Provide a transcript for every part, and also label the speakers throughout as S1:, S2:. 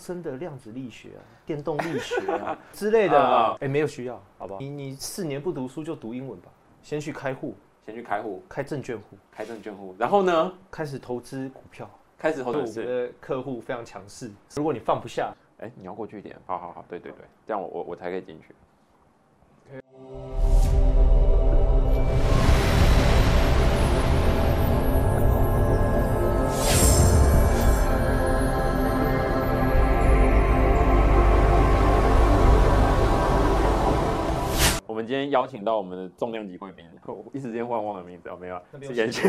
S1: 深的量子力 学啊、电动力学 啊之类的
S2: 啊
S1: 啊
S2: 啊，
S1: 哎，没有需要，好不好？你你四年不读书就读英文吧，先去开户，
S2: 先去开户，
S1: 开证券户，
S2: 开证券户，然后呢，
S1: 开始投资股票。
S2: 开始投
S1: 对我
S2: 资
S1: 们
S2: 是，
S1: 的客户非常强势，如果你放不下，
S2: 哎、你要过去一点，好好好，对对对，这样我我我才可以进去。我们今天邀请到我们的重量级贵宾，我一时间忘忘了名字，哦，没有啊，
S1: 那没有
S2: 是严
S1: 事
S2: 学，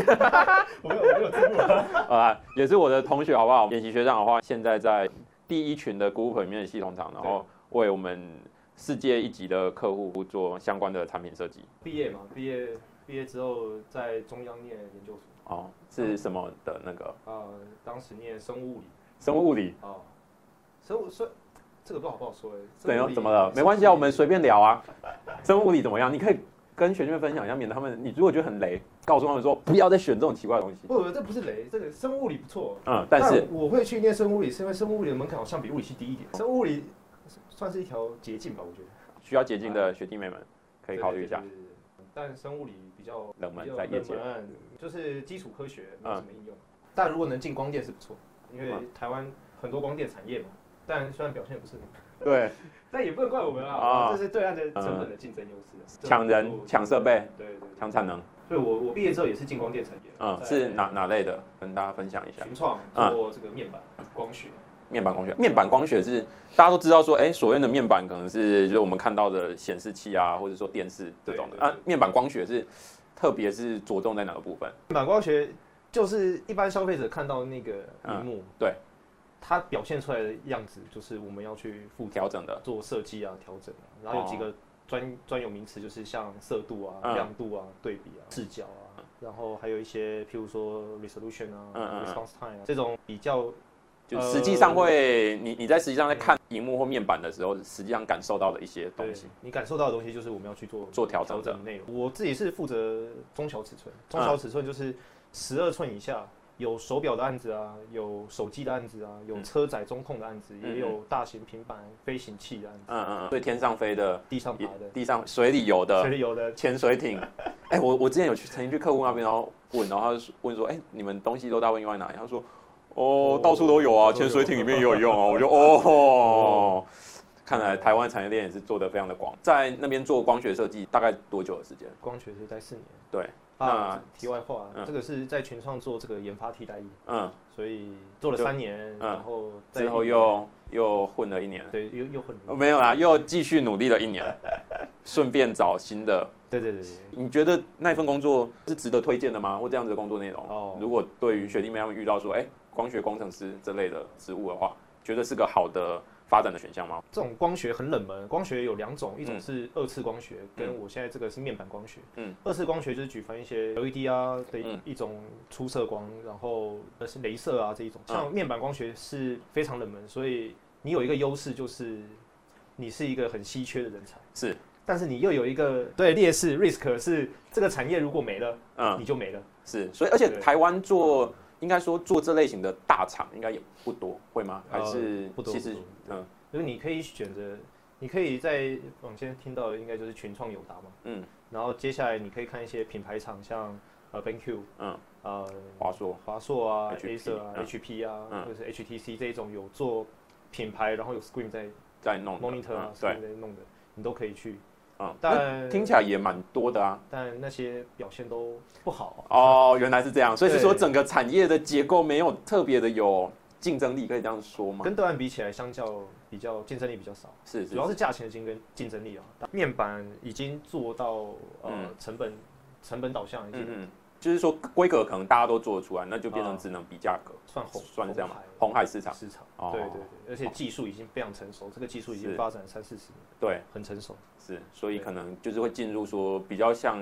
S1: 我有我有听过，
S2: 啊，也是我的同学，好不好？演习学长的话，现在在第一群的 group 里面的系统厂，然后为我们世界一级的客户做相关的产品设计。
S1: 毕业嘛，毕业毕业之后在中央念研究所，
S2: 哦，是
S1: 嗯
S2: 什么的那个
S1: 啊、当时念生物物理
S2: 生物物理？
S1: 啊、生物所以这个不好不好说哎、生
S2: 怎
S1: 物物
S2: 样？
S1: 理
S2: 怎么了？没关系啊，我们随便聊啊。生物物理怎么样？你可以跟学弟妹分享一下，免得他们，你如果觉得很雷，告诉他们说不要再选这种奇怪的东西。
S1: 不，这不是雷，这个生物物理不错。
S2: 嗯，但是
S1: 我会去念生物物理，是因为生物物理的门槛好像比物理系低一点，生物物理算是一条捷径吧，我啊觉得
S2: 需要捷径的学弟妹们可以考虑一下
S1: 对。对对对对但生物理比较
S2: 冷门
S1: 比较
S2: 在业界嗯
S1: 冷门就是基础科学没有什么应用。但如果能进光电是不错，因为台湾很多光电产业嘛，但虽然表现也不是很好，
S2: 对，
S1: 但也不能怪我们啊，
S2: 啊
S1: 这是对岸的成本的竞争优势。啊
S2: 抢人抢设备，
S1: 对对对。
S2: 强产能，
S1: 所以我我毕业之后也是进光电产业，
S2: 嗯，
S1: 在
S2: 是哪嗯哪类的？跟大家分享一下。
S1: 群创做这个面板光学，
S2: 面板光学，面板光学是大家都知道说，哎、所谓的面板可能是就是我们看到的显示器啊，或者说电视这种的
S1: 对对对
S2: 啊。面板光学是，特别是着重在哪个部分？
S1: 面板光学就是一般消费者看到那个荧幕，
S2: 嗯对，
S1: 它表现出来的样子就是我们要去负责。
S2: 调整的
S1: 做设计啊、调整啊，然后有几个专专有名词，就是像色度啊、
S2: 哦嗯
S1: 亮度啊、对比啊、视角啊，然后还有一些譬如说 resolution 啊、
S2: 嗯嗯嗯
S1: response time 啊这种比较
S2: 就
S1: 呃
S2: 实际上会，你你在实际上在看荧幕或面板的时候，实际上感受到的一些东
S1: 对
S2: 西，
S1: 你感受到的东西，就是我们要去做
S2: 做调整
S1: 调整
S2: 的啊
S1: 的内容。我自己是负责中小尺寸，中小尺寸就是十二寸以下。有手表的案子啊，有手机的案子啊，有
S2: 嗯
S1: 车载中控的案子，
S2: 嗯
S1: 也有大型平板飞行器的案子，
S2: 嗯嗯嗯，所以天上飞的、
S1: 地上爬的，
S2: 地上水里游的
S1: 水、里有的，
S2: 潜水艇。哎、我我之前有去曾经去客户那边，然后问，然后他就问说，哎、你们东西都大部分用在哪里？他说，哦
S1: 哦，
S2: 到处都有啊，
S1: 到处都有
S2: 潜水艇里面也有用啊。我就哦，看来台湾产业链也是做得非常的广，在那边做光学设计大概多久的时间？
S1: 光学是在四年。
S2: 对
S1: 啊
S2: 那，
S1: 题外话，
S2: 嗯
S1: 这个是在群创做这个研发替代役，
S2: 嗯，
S1: 所以做了三年，
S2: 嗯
S1: 然后在
S2: 之后又又混了一年，
S1: 对又又混
S2: 哦
S1: 了，
S2: 没有啦，又继续努力了 一年，顺便找新的。
S1: 对对对对，
S2: 你觉得那份工作是值得推荐的吗？或这样子的工作内容？
S1: 哦
S2: 如果对于学弟妹他们遇到说，哎、光学工程师这类的职务的话，觉得是个好的发展的选项吗？
S1: 这种光学很冷门，光学有两种，一种
S2: 嗯
S1: 是二次光学，跟我现在这个是面板光学。
S2: 嗯，
S1: 二次光学就是举凡一些 LED 啊的
S2: 嗯
S1: 一种出色光，然后呃是镭射啊这一种。
S2: 嗯
S1: 像面板光学是非常冷门，所以你有一个优势就是你是一个很稀缺的人才，
S2: 是，
S1: 但是你又有一个对劣势 risk 是这个产业如果没了，
S2: 嗯，
S1: 你就没了。
S2: 是。所以，而且
S1: 对
S2: 台湾做应该说做这类型的大厂应该也不多，会吗？还
S1: 呃
S2: 是、
S1: 不多
S2: 其实
S1: 不多
S2: 嗯
S1: 就是你可以选择，你可以在网先听到的应该就是群创友达嘛，
S2: 嗯
S1: 然后接下来你可以看一些品牌厂，像呃 BenQ，
S2: 嗯，
S1: 呃
S2: 华硕
S1: 华硕啊、
S2: HP
S1: Acer 啊、
S2: 嗯
S1: HP 啊，
S2: 嗯
S1: 或者是 HTC 这一种有做品牌，然后有 screen 在
S2: 在弄的
S1: monitor 啊
S2: 嗯、
S1: 什
S2: 对，
S1: 么在弄的，你都可以去。
S2: 嗯，
S1: 但
S2: 听起来也蛮多 的啊。
S1: 但那些表现都不好啊。
S2: 哦，原来是这样，所以是
S1: 对
S2: 说整个产业的结构没有特别的有竞争力，可以这样说吗？
S1: 跟对岸比起来，相较比较竞争力比较少，
S2: 是是
S1: 主要是价钱的竞争竞争力啊。面板已经做到呃
S2: 嗯
S1: 成本成本导向，已经
S2: 嗯嗯，就是说规格可能大家都做得出来，那就变
S1: 啊
S2: 成只能比价格，
S1: 算红，
S2: 算是这样吗
S1: 红海？
S2: 红海市场，
S1: 市场，
S2: 哦
S1: 对对对，而且技术已经非常成熟，这个技术已经
S2: 是
S1: 发展三四十年，
S2: 对，
S1: 很成熟。
S2: 是，所以
S1: 对
S2: 可能就是会进入说比较像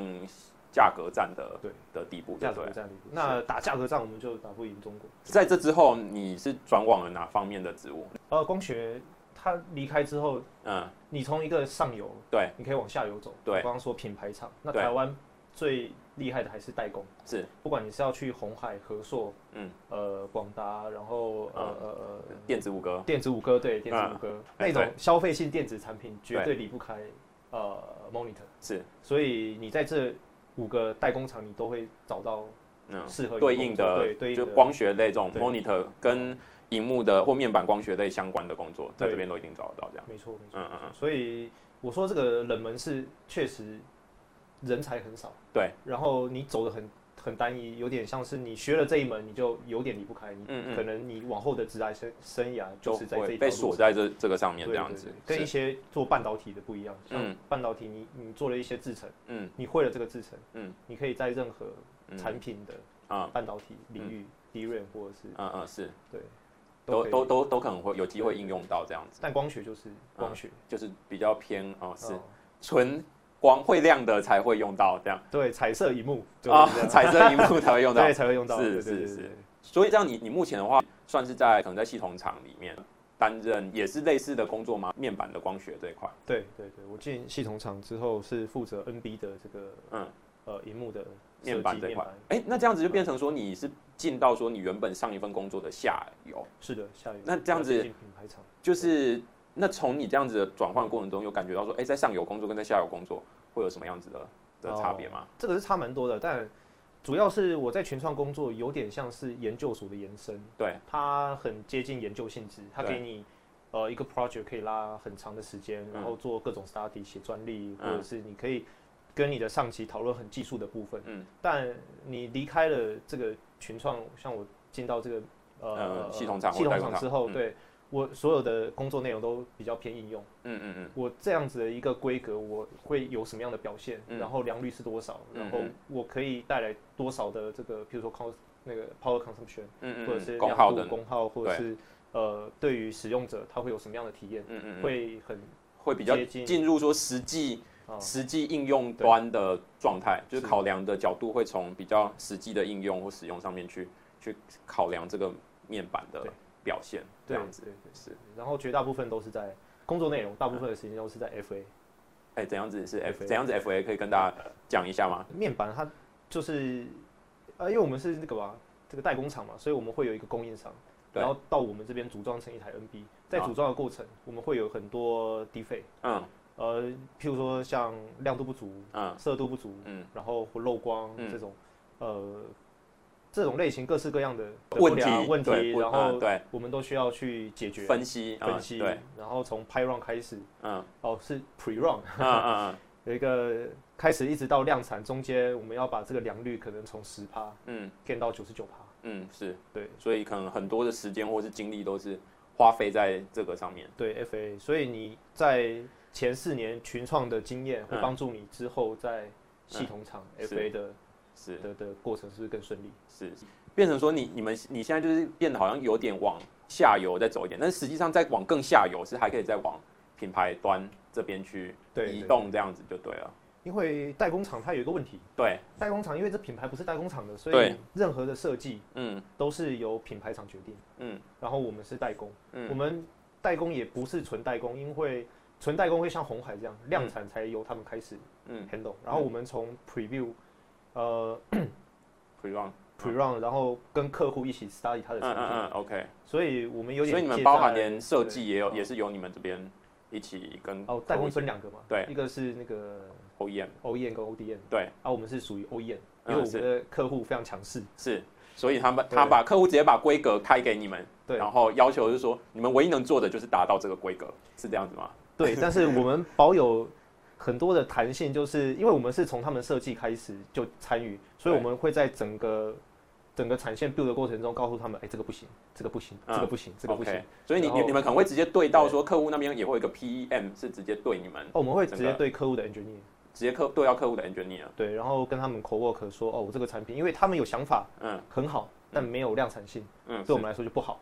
S2: 价格战的
S1: 对
S2: 的地步，对
S1: 价
S2: 不
S1: 格
S2: 对？啊
S1: 战力，那打价格战我们就打不赢中国。
S2: 在这之后，你是转往了哪方面的职务？
S1: 呃，光学它离开之后，
S2: 嗯，
S1: 你从一个上游，
S2: 对，
S1: 你可以往下游走。
S2: 对
S1: 我刚刚说品牌厂，那
S2: 对
S1: 台湾最厉害的还是代工，
S2: 是
S1: 不管你是要去红海、和硕，
S2: 嗯，
S1: 呃，广达，然后呃
S2: 嗯
S1: 呃呃。
S2: 电子五哥，
S1: 电子五哥对电子五哥、
S2: 哎
S1: 那种
S2: 对
S1: 消费性电子产品绝对
S2: 对
S1: 离不开呃 monitor，
S2: 是
S1: 所以你在这五个代工厂你都会找到
S2: 嗯
S1: 适合你
S2: 对
S1: 工
S2: 应
S1: 作
S2: 的
S1: 对对应
S2: 就
S1: 的
S2: 光学类这种
S1: 对
S2: monitor 跟荧幕的或面板光学类相关的工作，在
S1: 对
S2: 这边都一定找得到这样。
S1: 没错没错。
S2: 嗯嗯嗯，
S1: 所以我说这个冷门是确实人才很少，
S2: 对，
S1: 然后你走的很很单一，有点像是你学了这一门你就有点离不开，你
S2: 嗯嗯
S1: 可能你往后的职涯生生涯啊就是在这
S2: 会
S1: 一
S2: 被
S1: 条路
S2: 锁
S1: 上
S2: 在这这个上面
S1: 对
S2: 这
S1: 对
S2: 样
S1: 对
S2: 子
S1: 对。跟一
S2: 是
S1: 些做半导体的不一样，像
S2: 嗯
S1: 半导体你你做了一些制程，
S2: 嗯
S1: 你会了这个制程，
S2: 嗯
S1: 你可以在任何
S2: 嗯
S1: 产品的
S2: 啊
S1: 半导体领域、DRAM 或者是
S2: 嗯嗯是，
S1: 对，
S2: 都
S1: 可以
S2: 都都都可能会有机会应用到这样子，
S1: 但光学就是光学，
S2: 就是比较偏哦是
S1: 哦
S2: 纯光会亮的才会用到这样
S1: 对，彩色荧幕
S2: 啊
S1: 就是这，样
S2: 彩色荧幕才会用到。
S1: 对才会用到，
S2: 是
S1: 对对
S2: 是
S1: 对
S2: 是
S1: 对对
S2: 所以这样你你目前的话，算是在可能在系统厂里面担任也是类似的工作吗？面板的光学这一块，
S1: 对对对，我进系统厂之后是负责 NB 的这个
S2: 嗯
S1: 呃荧幕的设计
S2: 面板这一
S1: 面啊
S2: 块，哎、那这样子就变成说你是进到说你原本上一份工作的下游，
S1: 是的，下游
S2: 那这样子
S1: 要接近品牌厂
S2: 就是那从你这样子的转换过程中，有感觉到说，哎、在上游工作跟在下游工作会有什么样子的的
S1: 哦
S2: 差别吗？
S1: 这个是差蛮多的，但主要是我在群创工作有点像是研究所的延伸，
S2: 对，
S1: 它很接近研究性质，它
S2: 对
S1: 给你呃一个 project 可以拉很长的时间，
S2: 嗯
S1: 然后做各种 study 写专利，
S2: 嗯
S1: 或者是你可以跟你的上级讨论很技术的部分。
S2: 嗯，
S1: 但你离开了这个群创，像我进到这个呃
S2: 呃系统厂或
S1: 系
S2: 代
S1: 统
S2: 工
S1: 厂
S2: 厂
S1: 之后，
S2: 嗯
S1: 对我所有的工作内容都比较偏应用。
S2: 嗯嗯嗯，
S1: 我这样子的一个规格，我会有什么样的表现？
S2: 嗯
S1: 然后良率是多少？
S2: 嗯
S1: 然后
S2: 嗯
S1: 我可以带来多少的这个，譬如说 cons 那个 power consumption，
S2: 嗯嗯，
S1: 或者是
S2: 功
S1: 亮
S2: 耗
S1: 度、
S2: 的，
S1: 功耗，或者是呃，对于使用者他会有什么样的体验？
S2: 嗯嗯嗯，
S1: 会很
S2: 会比较
S1: 接近
S2: 进入说实际
S1: 啊，
S2: 实际应用端的状态，就是
S1: 是
S2: 考量的角度会从比较实际的应用或使用上面去去考量这个面板的
S1: 对
S2: 表现，这
S1: 对
S2: 样子
S1: 对对
S2: 是。
S1: 然后绝大部分都是在工作内容，大部分的时间都是在 FA
S2: 哎、怎样子是 F，
S1: FA
S2: 怎样子 FA 可以跟大家讲一下吗？
S1: 面板，它就是呃，因为我们是那个吧，这个代工厂嘛，所以我们会有一个供应商，
S2: 对
S1: 然后到我们这边组装成一台 NB，在
S2: 啊
S1: 组装的过程，我们会有很多 defect，
S2: 嗯
S1: 呃，譬如说像亮度不足、
S2: 嗯
S1: 色度不足，
S2: 嗯，
S1: 然后或漏光
S2: 嗯
S1: 这种，呃，这种类型各式各样的的
S2: 问
S1: 不良
S2: 题
S1: 啊问题，
S2: 对不
S1: 然
S2: 嗯
S1: 后
S2: 对
S1: 我们都需要去解决、
S2: 分析
S1: 分析，
S2: 嗯、对，
S1: 然后从 p y r o n 开始，
S2: 嗯
S1: 哦，是 pre run
S2: 嗯嗯
S1: 有一个开始一直到量产，中间我们要把这个良率可能从十趴
S2: 嗯
S1: gain 到九十九趴，
S2: 嗯是，
S1: 对
S2: 所以可能很多的时间或是精力都是花费在这个上面，
S1: 对 FA，所以你在前四年群创的经验会
S2: 嗯
S1: 帮助你之后在系统厂
S2: 嗯
S1: FA 的
S2: 是
S1: 的的过程是不是更顺利？
S2: 是，变成说你你们你现在就是变得好像有点往下游再走一点，但实际上再往更下游是还可以再往品牌端这边去
S1: 对
S2: 移
S1: 对
S2: 动这样子就对了。
S1: 因为代工厂它有一个问题，
S2: 对，
S1: 代工厂因为这品牌不是代工厂的，所以
S2: 对
S1: 任何的设计
S2: 嗯
S1: 都是由品牌厂决定，
S2: 嗯
S1: 然后我们是代工。我
S2: 嗯，
S1: 们代工也不是纯代工，因为纯代工会像红海这样量产才由他们开始
S2: 嗯
S1: handle，、然后我们从 preview，呃
S2: p r e r u n
S1: pre run，然后跟客户一起 study 它的
S2: 嗯
S1: 产品，
S2: 嗯嗯，OK。
S1: 所以我们有点
S2: 所以你们
S1: 介
S2: 包含
S1: 在
S2: 连设计也有，
S1: 对
S2: 也是由你们这边一起跟
S1: 哦代工分两个嘛，
S2: 对
S1: 一个是那个
S2: OEM
S1: OEM 跟 ODM，
S2: 对，
S1: 啊我们是属于 OEM，因为
S2: 嗯
S1: 我们
S2: 是
S1: 的客户非常强势，
S2: 是，所以他们
S1: 对
S2: 他把客户直接把规格开给你们，
S1: 对
S2: 然后要求就是说你们唯一能做的就是达到这个规格，是这样子吗？
S1: 对，但是我们保有。很多的弹性，就是因为我们是从他们设计开始就参与，所以我
S2: 对
S1: 们会在整个整个产线 build 的过程中告诉他们，哎、这个不行，这个不行，
S2: 嗯
S1: 这个不行，这个不行。
S2: OK，所以你
S1: 然
S2: 你
S1: 后
S2: 你们可能会直接对到说客户那边也会有一个 PEM 是直接对你们，
S1: 哦，我们会直
S2: 整
S1: 接
S2: 个
S1: 对客户的 engineer
S2: 直接客对到客户的 engineer。
S1: 对，然后跟他们 co work 说，哦，我这个产品，因为他们有想法
S2: 嗯
S1: 很好，但没有量产性，
S2: 嗯，
S1: 对我们来说就不好。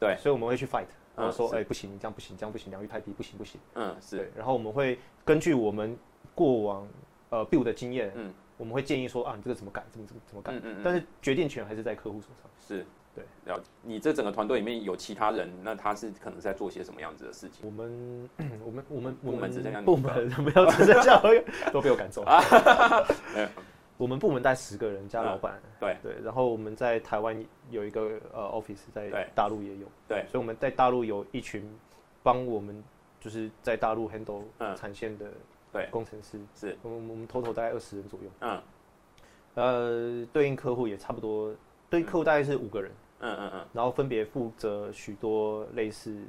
S2: 对嗯
S1: 所以我们会去 fight，然后说，
S2: 是
S1: 哎、不行，你这样不行，这样不行，良率太低，不行不行。
S2: 嗯是
S1: 对，然后我们会根据我们过往呃 build 的经验，
S2: 嗯
S1: 我们会建议说，啊，你这个怎么改，怎么怎么怎么改。
S2: 嗯嗯嗯
S1: 但是决定权还是在客户手上。
S2: 是。
S1: 对，
S2: 了解。你这整个团队里面有其他人，那他是可能在做些什么样子的事情？
S1: 我们我们我们
S2: 部门只剩下 你
S1: 部门不要只剩下我，都被我赶走。
S2: 没有
S1: 我们部门带十个人加老板，
S2: 啊嗯对
S1: 对，然后我们在台湾有一个呃 office，在
S2: 对
S1: 大陆也有，
S2: 对
S1: 所以我们在大陆有一群帮我们就是在大陆 handle
S2: 嗯
S1: 产线的
S2: 对
S1: 工程师，
S2: 是
S1: 我们我们 total 大概二十人左右，
S2: 嗯
S1: 呃，对应客户也差不多，对应客户大概是五个人，
S2: 嗯嗯嗯，
S1: 然后分别负责许多类似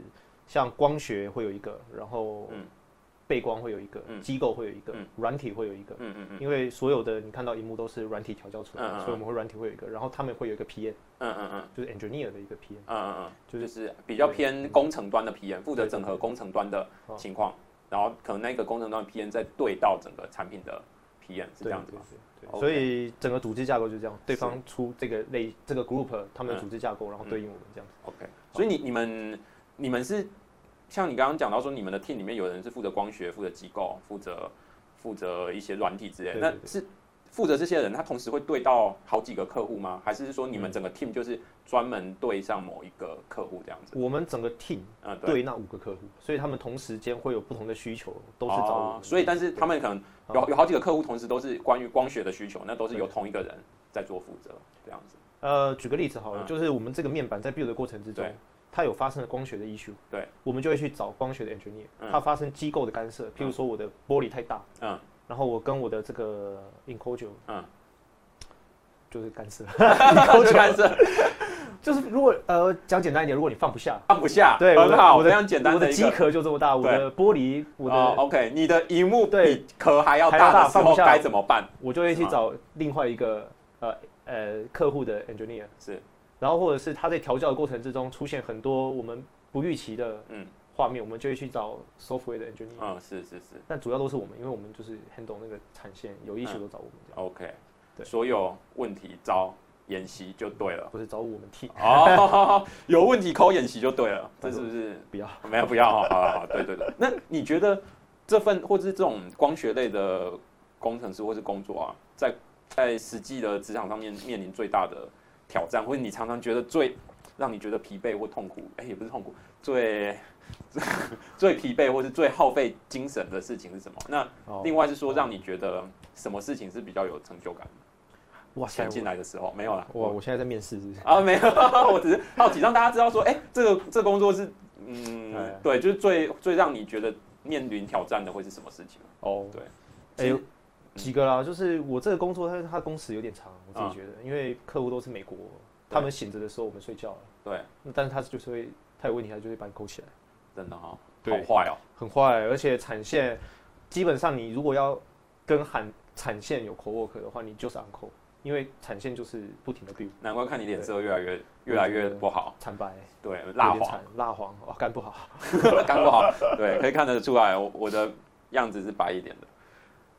S1: 像光学会有一个，然后
S2: 嗯
S1: 背光会有一个，
S2: 嗯
S1: 机构会有一个
S2: 嗯，
S1: 软体会有一个。
S2: 嗯嗯嗯
S1: 因为所有的你看到荧幕都是软体调教出来
S2: 嗯嗯
S1: 的，
S2: 嗯
S1: 所以我们会软体会有一个，然后他们会有一个 PM，
S2: 嗯嗯嗯。
S1: 就是 engineer 的一个 PM，
S2: 嗯嗯，嗯，
S1: 就
S2: 就是是比较偏工程端的 PM，负责整合工程端的
S1: 哦
S2: 情况，然后可能那个工程端的 PM 再对到整个产品的 PM 是这样子
S1: 对
S2: 吗？？
S1: 对对对
S2: OK
S1: 所以整个组织架构就是这样，对方出这个类这个 group 他们的
S2: 嗯
S1: 组织架构，然后对应我们这样子。
S2: OK，所以你你们你们是像你刚刚讲到说，你们的 team 里面有人是负责光学、负责机构、负责负责一些软体之类的，
S1: 对对
S2: 那是负责这些人，他同时会对到好几个客户吗？还是说你们整个 team 就是专门对上某一个客户这样子？
S1: 我们整个 team
S2: 嗯，对。
S1: 对那五个客户，所以他们同时间会有不同的需求，都是找嗯我
S2: 哦
S1: 们。
S2: 所以但是他们可能有有好几个客户同时都是关于光学的需求，那都是由
S1: 对
S2: 同一个人在做负责 这样子。
S1: 呃，举个例子好了，
S2: 嗯
S1: 就是我们这个面板在 build 的过程之中
S2: 对，
S1: 它有发生了光学的 issue，
S2: 对，
S1: 我们就会去找光学的 engineer，、
S2: 嗯
S1: 它发生机构的干涉，譬如说我的玻璃太大，
S2: 嗯，
S1: 然后我跟我的这个 enclosure，
S2: 嗯，
S1: 就是干涉，
S2: 就干涉
S1: 就是如果呃讲简单一点，如果你放不下，
S2: 放不下，
S1: 对，我
S2: 很
S1: 的
S2: 好，
S1: 我
S2: 非
S1: 的
S2: 常简单
S1: 我的
S2: 一
S1: 机
S2: 个。
S1: 壳就这么大，我的玻璃，我的、
S2: 哦，OK，你的荧幕比
S1: 对
S2: 壳还要
S1: 还要
S2: 大
S1: 大
S2: 的时
S1: 放不
S2: 候
S1: 下
S2: 该怎么办？
S1: 我就会去找另外一个呃呃客户的 engineer，
S2: 是，
S1: 然后或者是他在调教的过程之中出现很多我们不预期的
S2: 嗯
S1: 画面，我们就会去找 software 的 engineer，、
S2: 嗯，是是是
S1: 但主要都是我们，因为我们就是 handle 那个产线，有
S2: 嗯
S1: issue 都找我们这样，
S2: ，OK，
S1: 对
S2: 所有问题找演习就对了。
S1: 不是找我们 team，
S2: 哦，有问题扣演习就对了，这
S1: 拜
S2: 是
S1: 托
S2: 不是？
S1: 不要，
S2: 没有不要，好好好，对对对。那你觉得这份或者是这种光学类的工程师或是工作啊，在在实际的职场上面面临最大的挑战，或者你常常觉得最让你觉得疲惫或痛苦，哎，也不是痛苦，最 最疲惫或是最耗费精神的事情是什么？那
S1: 哦
S2: 另外是说，让你觉得什么事情是比较有成就感的？
S1: 哇塞
S2: 前，进来的时候没有啦，
S1: 我哇，我现在在面试是不是？
S2: 啊，没有， 我只是好奇，让大家知道说，哎、这个这工作是，嗯
S1: 哎，
S2: 对，就是最最让你觉得面临挑战的会是什么事情？
S1: 哦，
S2: 对，
S1: 哎
S2: 嗯
S1: 呦。几个啦，就是我这个工作，它它工时有点长，我自
S2: 啊
S1: 己觉得，因为客户都是美国，他们醒着的时候我们睡觉了，
S2: 对，
S1: 那但是他就是会，他有问题，他就会把你勾起来，
S2: 真的哈、
S1: 对
S2: 好坏哦，
S1: 很坏。而且产线，基本上你如果要跟喊产线有 co work 的话，你就是 on c o 因为产线就是不停的 build，
S2: 难怪看你脸色越来越越来越不好，
S1: 惨白，
S2: 哦对，
S1: 有
S2: 蜡
S1: 点
S2: 黄，
S1: 惨，蜡黄，哦，干不好，
S2: 刚不好，对，可以看得出来，我我的样子是白一点的，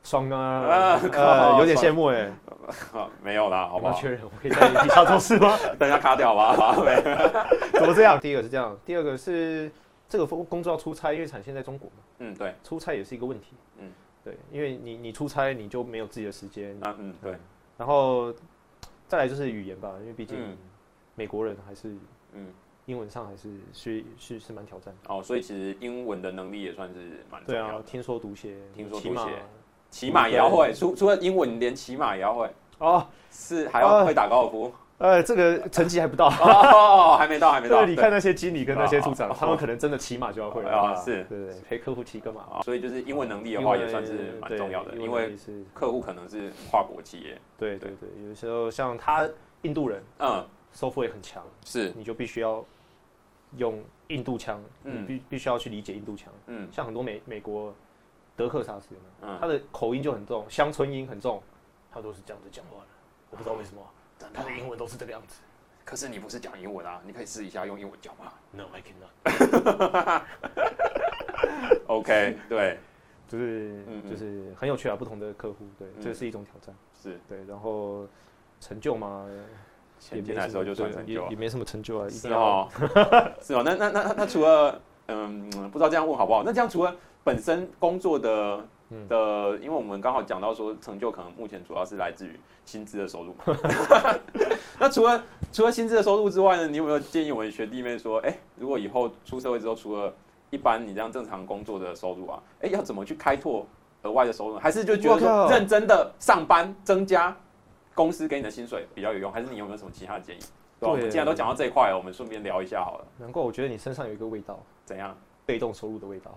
S1: 双啊，
S2: 啊 靠
S1: 呃，有点羡慕哎，
S2: 没有啦，好
S1: 有
S2: 不
S1: 没有
S2: 好？
S1: 确认？我可以在你底下做事吗？
S2: 等一下卡掉吧， 好没有，
S1: 怎么这样？第一个是这样，第二个是这个工工作要出差，因为产线在中国嘛。
S2: 嗯，对，
S1: 出差也是一个问题。
S2: 嗯
S1: 嗯，对，因为你你出差你就没有自己的时间，
S2: 啊，嗯，对，
S1: 然后再来就是语言吧，因为毕竟
S2: 嗯
S1: 美国人还是
S2: 嗯，
S1: 英文上还是是是是蛮挑战的。
S2: 哦，所以其实英文的能力也算是蛮重
S1: 对
S2: 要
S1: 啊
S2: 的，，
S1: 听说读写，
S2: 听说
S1: 骑
S2: 读
S1: 马
S2: 写骑马也要会，除除了英文，你连骑马也要会。
S1: 哦，
S2: 是还要
S1: 啊
S2: 会打高尔夫
S1: 呃，这个成绩还不到。
S2: 哦，还没到，还没
S1: 这
S2: 到。
S1: 个你看那些经理跟那些
S2: 啊
S1: 组长
S2: 啊，
S1: 他们可能真的骑马就要会了
S2: 啊是
S1: 对对，对陪客户骑个马，
S2: 对，哦所以就是英文能力的话，也算是蛮重要的，
S1: 因
S2: 因为
S1: 是，
S2: 客户可能是跨国企业，
S1: 对对对，有时候像他印度人，
S2: 嗯，
S1: 收复也很强，
S2: 是，
S1: 你就必须要用印度腔，
S2: 嗯
S1: 你必必须要去理解印度腔。
S2: 嗯
S1: 像很多美美国德克萨斯有没有
S2: 嗯
S1: 他的口音就很重，乡村音很重，他都是这样子讲话的。我不知道为什么，
S2: 真
S1: 他的英文都是这个样子。
S2: 可是你不是讲英文啊，你可以试一下用英文讲嘛。
S1: No, I cannot。
S2: OK，对，
S1: 就是
S2: 嗯嗯
S1: 就是很有趣啊，不同的客户，对，
S2: 嗯
S1: 这是一种挑战。
S2: 是
S1: 对，然后成就嘛，也
S2: 前
S1: 没
S2: 进来的时候就算
S1: 什么
S2: 成
S1: 对
S2: 就
S1: 也
S2: 了
S1: 也，没什么成就啊，一定
S2: 是
S1: 要
S2: 哦，是哦。那那那那那除了嗯，不知道这样问好不好？那这样除了本身工作的
S1: 嗯
S2: 的，因为我们刚好讲到说成就可能目前主要是来自于薪资的收入嘛。 那除了除了薪资的收入之外呢，你有没有建议我们学弟妹说，哎、如果以后出社会之后，除了一般你这样正常工作的收入啊，哎、要怎么去开拓额外的收入？还是就觉得
S1: 我
S2: 说
S1: 靠
S2: 认真的上班增加公司给你的薪水比较有用？还是你有没有什么其他的建议？对吧，我
S1: 对
S2: 们既然都讲到这一块了，我们顺便聊一下好了，
S1: 难怪我觉得你身上有一个味道，
S2: 怎样
S1: 被动收入的味道。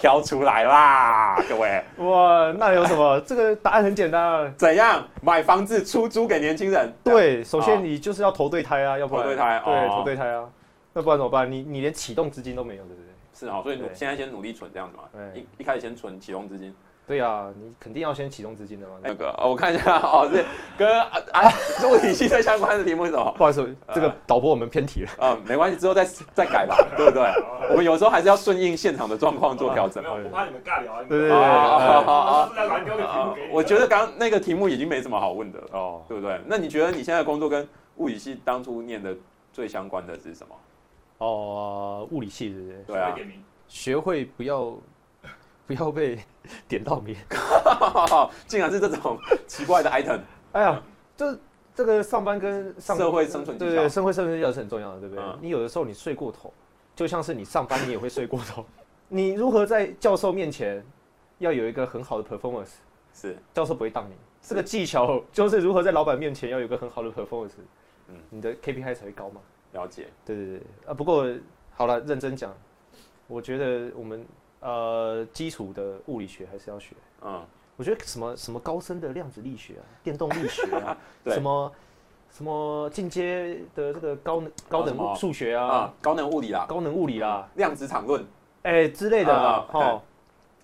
S2: 挑出 来啦，各位？
S1: 哇，那有什 么？这个答案很简单啊。
S2: 怎样买房子出租给年轻人？
S1: 对，首
S2: 哦
S1: 先你就是要投对胎啊，要不然
S2: 投对胎
S1: 对，
S2: 哦
S1: 投对胎啊，那不然怎么办？你你连启动资金都没有，对不对？
S2: 是哦哈，所以努
S1: 对
S2: 现在先努力存这样子嘛，
S1: 对
S2: 一一开始先存启动资金。
S1: 对啊，你肯定要先启动资金的嘛。
S2: 那个哦我看一下 哦，是跟啊 啊物体系最相关的题目是什么？
S1: 不好意思，
S2: 呃
S1: 这个导播我们偏题了。
S2: 嗯，没关系，之后再再改吧，对不对？我们有时候还是要顺应现场的状况做调整
S3: 没。有，不怕你们尬聊啊。你们
S1: 对对对
S3: 啊
S2: 好好好
S3: 我们是在乱丢的题目给你们。
S2: 我觉得刚刚那个题目已经没什么好问的了，
S1: 哦，
S2: 对不对？那你觉得你现在的工作跟物理系当初念的最相关的是什么？
S1: 哦，物理系对不对？
S2: 对啊
S3: 随便点名
S1: 学会不要不要被点到名。
S2: 竟然是这种奇怪的 item，
S1: 哎呀，这这个上班跟上
S2: 社会生存技
S1: 对
S2: 巧
S1: 对，社会生存技巧是很重要的，对不对？
S2: 嗯
S1: 你有的时候你睡过头，就像是你上班你也会睡过头。 你如何在教授面前要有一个很好的 performance，
S2: 是
S1: 教授不会当你。这个技巧就是如何在老板面前要有一个很好的 performance，
S2: 嗯
S1: 你的 KPI 才会高嘛。
S2: 了解。
S1: 对对对，啊，不过好了，认真讲，我觉得我们呃基础的物理学还是要学。
S2: 嗯，，
S1: 我觉得什么什么高深的量子力学啊，电动力学啊
S2: 对
S1: 什么什么进阶的这个高能高
S2: 什么
S1: 等数学啊
S2: 啊，，高能物理啦，
S1: 高能物理啦，
S2: 量子场论，
S1: 哎之类的啦
S2: 啊啊
S1: 哦，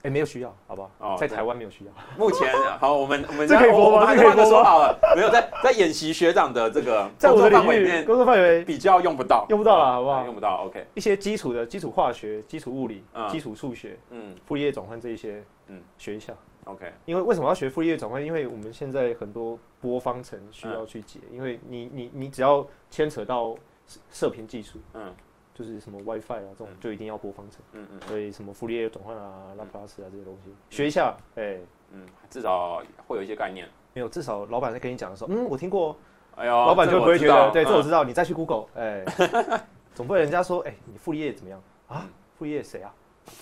S1: 哎没有需要，好不
S2: 哦
S1: 好？在
S2: 对
S1: 台湾没有需要。
S2: 目前 好，我们我们
S1: 这可以
S2: 我
S1: 播吗
S2: 我们还
S1: 这
S2: 是
S1: 可以
S2: 换个
S1: 播
S2: 说
S1: 吗
S2: 好了，没有在在演习学长的这个
S1: 在我的
S2: 工作范
S1: 领
S2: 围里
S1: 域
S2: 面
S1: 工作范围
S2: 比较用不到，
S1: 用不到了，好不
S2: 啊
S1: 好
S2: 用？不到，OK，
S1: 一些基础的基础化学、基础物理
S2: 嗯、
S1: 基础数学、
S2: 嗯
S1: 傅立叶转换这一些，
S2: 嗯
S1: 嗯，学一下。
S2: ，OK，
S1: 因为为什么要学傅立叶转换？因为我们现在很多波方程需
S2: 嗯
S1: 要去解，因为你你你只要牵扯到射射频技术，
S2: 嗯
S1: 就是什么 WiFi 啊这种
S2: 嗯，
S1: 就一定要波方程。
S2: 嗯嗯
S1: 所以什么傅立叶转换啊、拉普拉斯啊这些东西，学一下，哎，
S2: 嗯，至少会有一些概念。
S1: 没有，至少老板在跟你讲的时候，嗯，我听过哦，
S2: 哎呦，
S1: 老板
S2: 这
S1: 就不会
S2: 我知
S1: 觉得，
S2: 道
S1: 对，这我
S2: 嗯
S1: 知道，你再去 Google，哎， 总不会人家说，哎，你傅立叶怎么样啊？傅立叶谁啊？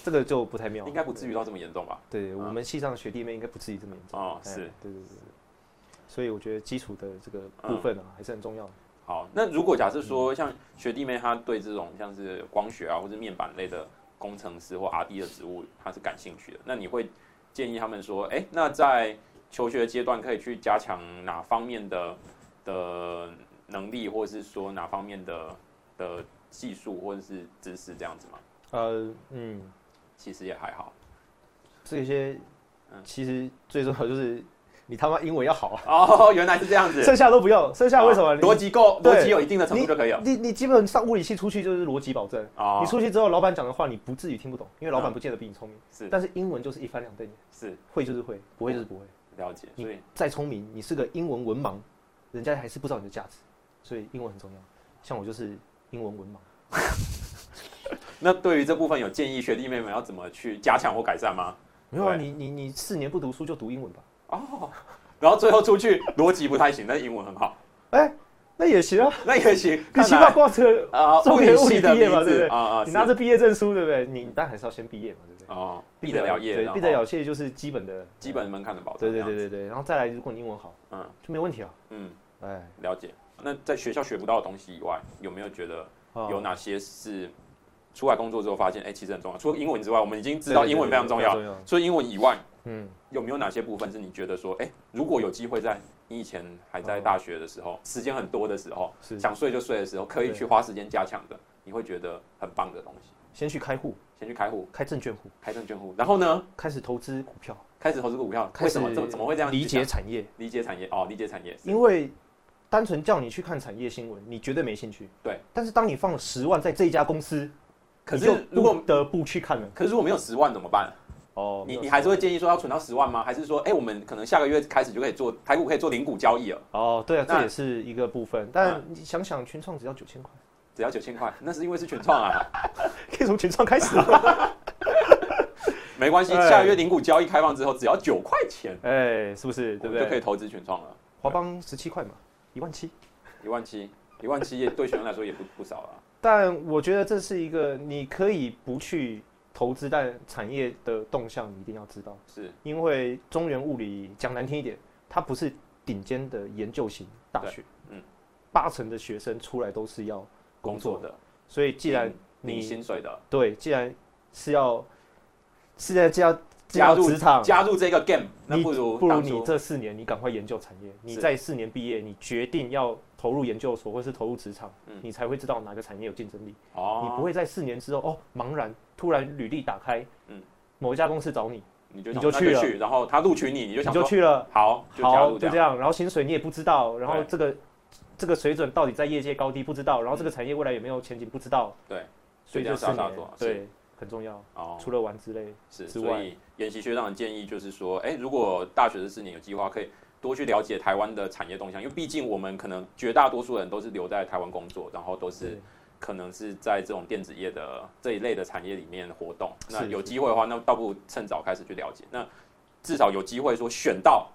S1: 这个就不太妙，
S2: 嗯应该不至于到这嗯么严重吧？
S1: 对。对，我们系上的学弟妹应该不至于这么严重。
S2: 哦，
S1: 哎
S2: 是。
S1: 对对对对。所以我觉得基础的这个部分
S2: 嗯
S1: 啊，还是很重要的。
S2: 好，那如果假设
S1: 嗯
S2: 说像学弟妹他对这种像是光学啊或是面板类的工程师或 R D 的职务他是感兴趣的，那你会建议他们说，哎、那在求学阶段可以去加强哪方面的的能力，或是说哪方面的的技术或者是知识这样子吗？
S1: 呃，嗯，
S2: 其实也还好。
S1: 这些
S2: 嗯
S1: 其实最重要就是你他妈英文要好啊，
S2: 哦， 原来是这样子。
S1: 剩下都不用，剩下为什么
S2: 啊
S1: 你
S2: 逻辑够，
S1: 对
S2: 逻辑有一定的程度就可以了。
S1: 你你基本上物理系出去就是逻辑保证，
S2: 哦，
S1: 你出去之后老板讲的话你不至于听不懂，因为老板
S2: 嗯
S1: 不见得比你聪明。
S2: 是
S1: 但是英文就是一翻两瞪眼，
S2: 是
S1: 会就是会，不会就是不会。
S2: 了解，所以
S1: 再聪明，你是个英文文盲，人家还是不知道你的价值，所以英文很重要。像我就是英文文盲。
S2: 那对于这部分有建议学弟妹们要怎么去加强或改善吗？
S1: 没有啊，
S2: 对
S1: 你你你四年不读书就读英文吧。
S2: 哦，然后最后出去逻辑不太行，但是英文很好，
S1: 那也行啊，
S2: 那也行。
S1: 你
S2: 看
S1: 起码
S2: 来
S1: 挂这个，
S2: 啊，
S1: 重
S2: 物
S1: 点
S2: 理
S1: 物理
S2: 系 的
S1: 毕业嘛对不
S2: 名字
S1: 对
S2: 啊啊，
S1: 你拿
S2: 是
S1: 着毕业证书，对不对？你但还是要先毕业嘛，对不对？
S2: 哦，毕得了业，
S1: 对
S2: 然，后
S1: 毕得了业就是基本的
S2: 基本门槛的保
S1: 对对
S2: 证。这
S1: 对
S2: 样，
S1: 对对，然后再来，如果你英文好，
S2: 嗯
S1: 就没问题啊。
S2: 嗯，
S1: 哎，
S2: 了解。那在学校学不到的东西以外，有没有觉得
S1: 哦
S2: 有哪些是出来工作之后发现，哎，其实很重要？除了英文之外，我们已经知道英文非常重要。。除了英文以外，
S1: 嗯，
S2: 有没有哪些部分是你觉得说，哎、如果有机会在你以前还在
S1: 哦
S2: 大学的时候，时间很多的时候，
S1: 是
S2: 想睡就睡的时候，可以去花时间加强的，你会觉得很棒的东西。
S1: 先去开户，
S2: 先去开户，
S1: 开证券户，
S2: 开证券户，然后呢，
S1: 开始投资股票，
S2: 开始投资股票。
S1: 开
S2: 为
S1: 始
S2: 什么？怎么怎么会这样？
S1: 理解产业，
S2: 理解产业哦，理解产业。
S1: 因为单纯叫你去看产业新闻，你绝对没兴趣。
S2: 对，
S1: 但是当你放了十万在这一家公司，
S2: 可
S1: 你
S2: 是
S1: 就
S2: 如果
S1: 不得不去看了，
S2: 可是如果没有十万怎么办？
S1: 哦
S2: 你你还是会建议说要存到十万吗？还是说，哎、我们可能下个月开始就可以做台股可以做零股交易了，
S1: 哦，对啊，
S2: 那
S1: 这也是一个部分。但你想想，群创只要九千块，
S2: 只要九千块？那是因为是全创啊，
S1: 可以从群创开始。啊
S2: 没 关系，
S1: 哎
S2: 下个月零股交易开放之后，只要九块钱，
S1: 哎，是不是？对
S2: 我
S1: 不
S2: 们就可
S1: 对？
S2: 以投资全创了。
S1: 华邦十七块嘛，一万七。
S2: 一万七，一万七也对学生来说也不不少了。
S1: 但我觉得这是一个你可以不去投资在产业的动向，你一定要知道，
S2: 是
S1: 因为中原物理讲难听一点，它不是顶尖的研究型大学，
S2: 对嗯，
S1: 八成的学生出来都是要工
S2: 工
S1: 作
S2: 作
S1: 的，
S2: 的，
S1: 所以既然
S2: 领
S1: 你
S2: 薪水的，
S1: 对，既然是要是在加
S2: 加
S1: 加
S2: 入
S1: 入职场，
S2: 加入这个 game，那
S1: 你
S2: 不如
S1: 不如
S2: 当初
S1: 你这四年你赶快研究产业，你
S2: 是
S1: 在四年毕业，你决定要投入研究所或是投入职场，
S2: 嗯
S1: 你才会知道哪个产业有竞争力。
S2: 哦，
S1: 你不会在四年之后哦茫然，突然履历打开，
S2: 嗯
S1: 某一家公司找你，
S2: 你就
S1: 你
S2: 想
S1: 就
S2: 那
S1: 去了
S2: 然后他录取你，你就
S1: 你
S2: 想
S1: 就
S2: 说
S1: 去了，
S2: 好，就加
S1: 好
S2: 入
S1: 就这
S2: 样，
S1: 样，然后薪水你也不知道，然后
S2: 对
S1: 这个这个水准到底在业界高低不知道，然后这个产业未来有没有前景不知道，
S2: 嗯对，
S1: 所以就四
S2: 所以这样是要
S1: 年
S2: 大做是
S1: 对很重要，
S2: 哦，
S1: 除了玩之类，
S2: 是，
S1: 之
S2: 所
S1: 外
S2: 以研习学长的建议就是说，哎，如果大学这四年有计划，可以多去了解台湾的产业动向，因为毕竟我们可能绝大多数人都是留在台湾工作，然后都是
S1: 对
S2: 可能是在这种电子业的这一类的产业里面活动。那
S1: 是
S2: 有
S1: 是
S2: 机会的话，那倒不如趁早开始去了解。那至少有机会说选到
S1: 嗯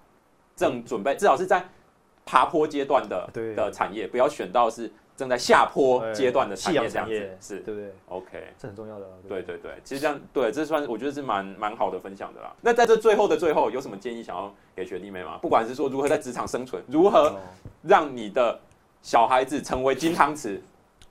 S2: 正准备，至少是在爬坡阶段的
S1: 对
S2: 的产业，不要选到是正在下坡
S1: 对
S2: 阶段的产
S1: 夕
S2: 业
S1: 阳
S2: 这
S1: 产
S2: 样子
S1: 业。
S2: 是
S1: 对不对？
S2: OK。
S1: 这很重要的啊，不
S2: 对对对，其实这样对，这算是我觉得是蛮蛮好的分享的啦。那在这最后的最后，有什么建议想要给学弟妹吗？不管是说如何在职场生存，如何
S1: 哦
S2: 让你的小孩子成为金 汤匙，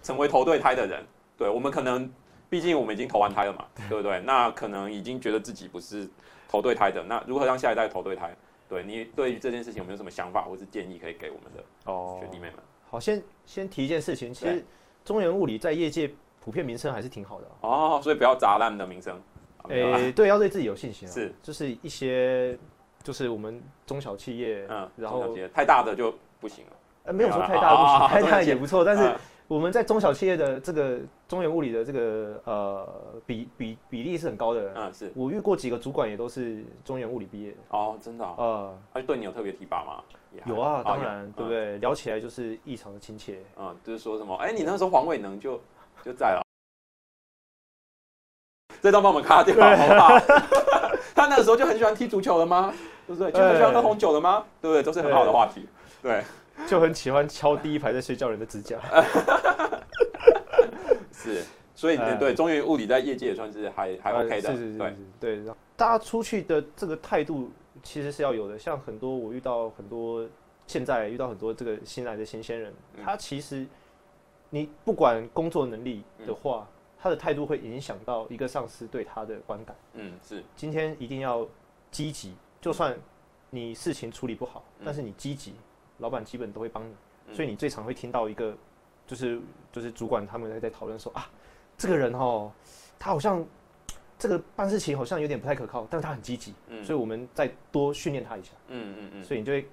S2: 成为投对胎的人，对我们可能，毕竟我们已经投完胎了嘛，对不对？那可能已经觉得自己不是投对胎的，那如何让下一代投对胎？对你对于这件事情有没有什么想法或是建议可以给我们的
S1: 哦
S2: 学弟妹们？
S1: 好，先先提一件事情，其
S2: 对
S1: 实中原物理在业界普遍名声还是挺好的啊、
S2: 哦，所以不要砸烂你的名声。啊没有
S1: 诶、
S2: 啦
S1: 对，要对自己有信心啊。
S2: 是，
S1: 就是一些，就是我们中小企业，
S2: 嗯，
S1: 然
S2: 中小
S1: 后
S2: 企业太大的就不行了。
S1: 呃，没有说太大
S2: 啊
S1: 不
S2: 啊啊
S1: 行，太
S2: 中小
S1: 大
S2: 企业
S1: 也不错。但是
S2: 啊
S1: 我们在中小企业的这个中原物理的这个呃比比比例是很高的。
S2: 嗯是
S1: 我遇过几个主管也都是中原物理毕业的，
S2: 哦，真的哦，
S1: 呃，
S2: 而对你有特别提拔吗？也还
S1: 有啊，当然，
S2: 有
S1: 对不对？聊起来就是异常的亲切。
S2: 嗯，嗯就是说什么，哎，你那时候黄伟能就就在了，这段帮我们卡掉好不 好？他那个时候就很喜欢踢足球了吗？对不对？就很喜欢喝红酒了吗？对不对？都是很好的话题。
S1: 就很喜欢敲第一排在睡觉人的指甲。
S2: 是，所以
S1: 哎
S2: 对，终于物理在业界也算是还还
S1: 呃
S2: OK 的
S1: 是是，是
S2: 对
S1: 是，对。然后大家出去的这个态度其实是要有的，像很多我遇到很多现在遇到很多这个新来的新鲜人，
S2: 嗯
S1: 他其实你不管工作能力
S2: 嗯
S1: 的话，他的态度会影响到一个上司对他的观感。
S2: 嗯是，
S1: 今天一定要积极，就算你事情处理不好，
S2: 嗯
S1: 但是你积极，老板基本都会帮你。
S2: 嗯
S1: 所以你最常会听到一个，就是就是主管他们在在讨论说啊，这个人哦，他好像这个办事情好像有点不太可靠，但是他很积极，
S2: 嗯
S1: 所以我们再多训练他一下。
S2: 嗯嗯嗯，啊
S1: 所以你就会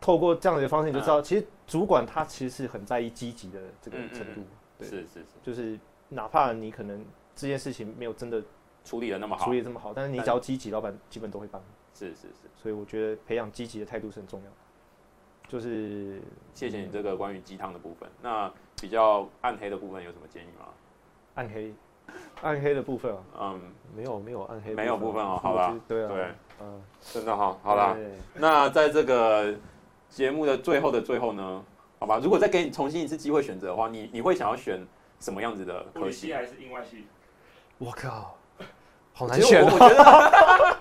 S1: 透过这样的方式，你就知道，其实主管他其实是很在意积极的这个
S2: 嗯嗯
S1: 程度，对
S2: 是是是
S1: 就是哪怕你可能这件事情没有真的
S2: 处理的那么好
S1: 处，理得这么好，但是你
S2: 但
S1: 只要积极，老板基本都会帮你。
S2: 是是是，
S1: 所以我觉得培养积极的态度是很重要的，就是
S2: 谢谢你这个关于鸡汤的部分。那比较暗黑的部分有什么建议吗？
S1: 暗黑暗黑的部分啊。
S2: 嗯，
S1: 没有没有暗黑，
S2: 没有部分哦
S1: 我
S2: 好吧
S1: 觉得啊对啊，
S2: 对，
S1: 嗯，
S2: 真的哈，好啦，
S1: 对
S2: 那在这个节目的最后的最后呢，好吧，如果再给你重新一次机会选择的话，你你会想要选什么样子的
S3: 物
S2: 科
S3: 理系
S2: 系？
S3: 还是英外系？
S1: 我靠，好
S2: 其
S1: 难
S2: 实
S1: 选
S2: 我
S1: 啊！
S2: 我觉得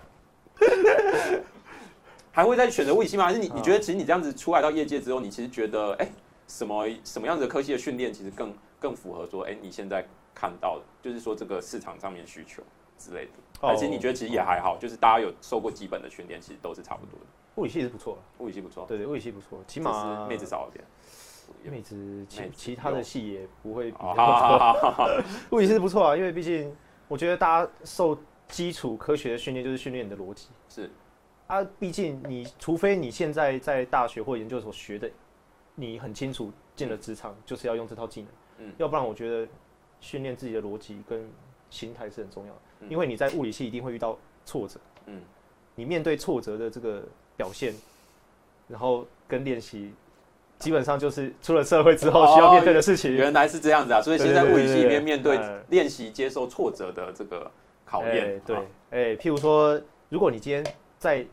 S2: 还会再选择物理系吗？还是你
S1: 啊
S2: 你觉得其实你这样子出来到业界之后，你其实觉得哎、什么什么样子的科系的训练其实更更符合说哎、你现在看到的，就是说这个市场上面需求之类的。
S1: 哦
S2: 而且你觉得其实也还好，就是大家有受过基本的训练，其实都是差不多的。
S1: 物理系是不错了，啊
S2: 物理系不错，
S1: 对对，物理系不错，起
S2: 起
S1: 码
S2: 妹子少一点。
S1: 妹子，
S2: 妹
S1: 其
S2: 子
S1: 其他
S2: 有
S1: 的系也不会比
S2: 哦好
S1: 较
S2: 好
S1: 差。
S2: 好好好，
S1: 物理系是不错啊，因为毕竟我觉得大家受基础科学的训练就是训练你的逻辑
S2: 是
S1: 啊，毕竟你除非你现在在大学或研究所学的，你很清楚进了职场就是要用这套技能，
S2: 嗯
S1: 要不然我觉得训练自己的逻辑跟心态是很重要的，
S2: 嗯
S1: 因为你在物理系一定会遇到挫折。
S2: 嗯，
S1: 你面对挫折的这个表现，然后跟练习，基本上就是出了社会之后
S2: 哦
S1: 需要面对的事情。
S2: 原来是这样子啊，所以现在
S1: 对
S2: 物
S1: 对对
S2: 理系里面面
S1: 对
S2: 对
S1: 对对
S2: 练习接受挫折的这个考验
S1: 哎，对
S2: 啊，
S1: 哎、譬如说，如果你今天在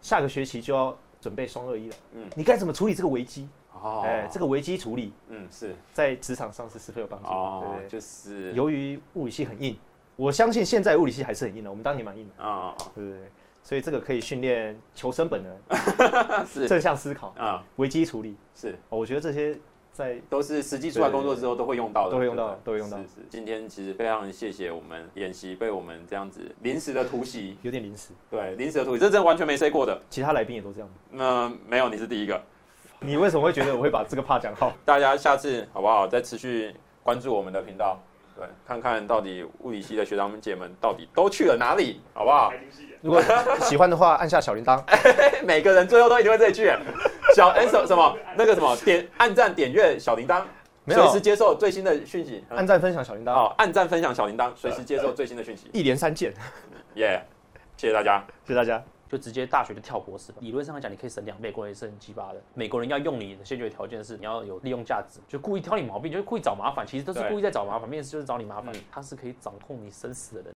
S1: 下个学期就要准备双二一了，
S2: 嗯
S1: 你该怎么处理这个危机？哎、
S2: 哦，
S1: 这个危机处理
S2: 嗯是
S1: 在职场上是十分有帮助的。
S2: 哦，
S1: 对不对
S2: 就是
S1: 由于物理系很硬，我相信现在物理系还是很硬的，我们当年蛮硬的，
S2: 啊，
S1: 对不对？所以这个可以训练求生本能、
S2: 是
S1: 正向思考、
S2: 啊，
S1: 危机处理。
S2: 是，
S1: 哦，我觉得这些在
S2: 都是实际出来工作之后都会用到的，
S1: 都会用到
S2: 对不对
S1: 都会用到
S2: 是是，今天其实非常谢谢我们演习被我们这样子临时的突袭，
S1: 有点临时，
S2: 对，临时的突袭，这真的完全没 say 过的。
S1: 其他来宾也都这样。
S2: 那没有，你是第一个。
S1: 你为什么会觉得我会把这个怕讲好？
S2: 大家下次好不好？再持续关注我们的频道，对，看看到底物理系的学长姐们到底都去了哪里，好不好
S3: 开？心戏
S1: 如果喜欢的话，按下小铃铛。
S2: 每个人最后都一定会这一句，小哎、什什么那个什么点按赞点阅小铃铛，
S1: 没
S2: 随
S1: 有
S2: 时接受最新的讯息。
S1: 按赞、分享、小铃铛，
S2: 好，按赞分享小铃铛，随时接受最新的讯息。
S1: 一连三见，
S2: 耶、谢谢大家。
S1: 谢谢大家。
S4: 就直接大学就跳博士吧。理论上来讲，你可以省两倍，国人也是很鸡巴的。美国人要用你的先决条件是你要有利用价值，就故意挑你毛病，就是故意找麻烦，其实都是
S2: 对
S4: 故意在找麻烦，面试就是找你麻烦
S2: 嗯，
S4: 他是可以掌控你生死的人。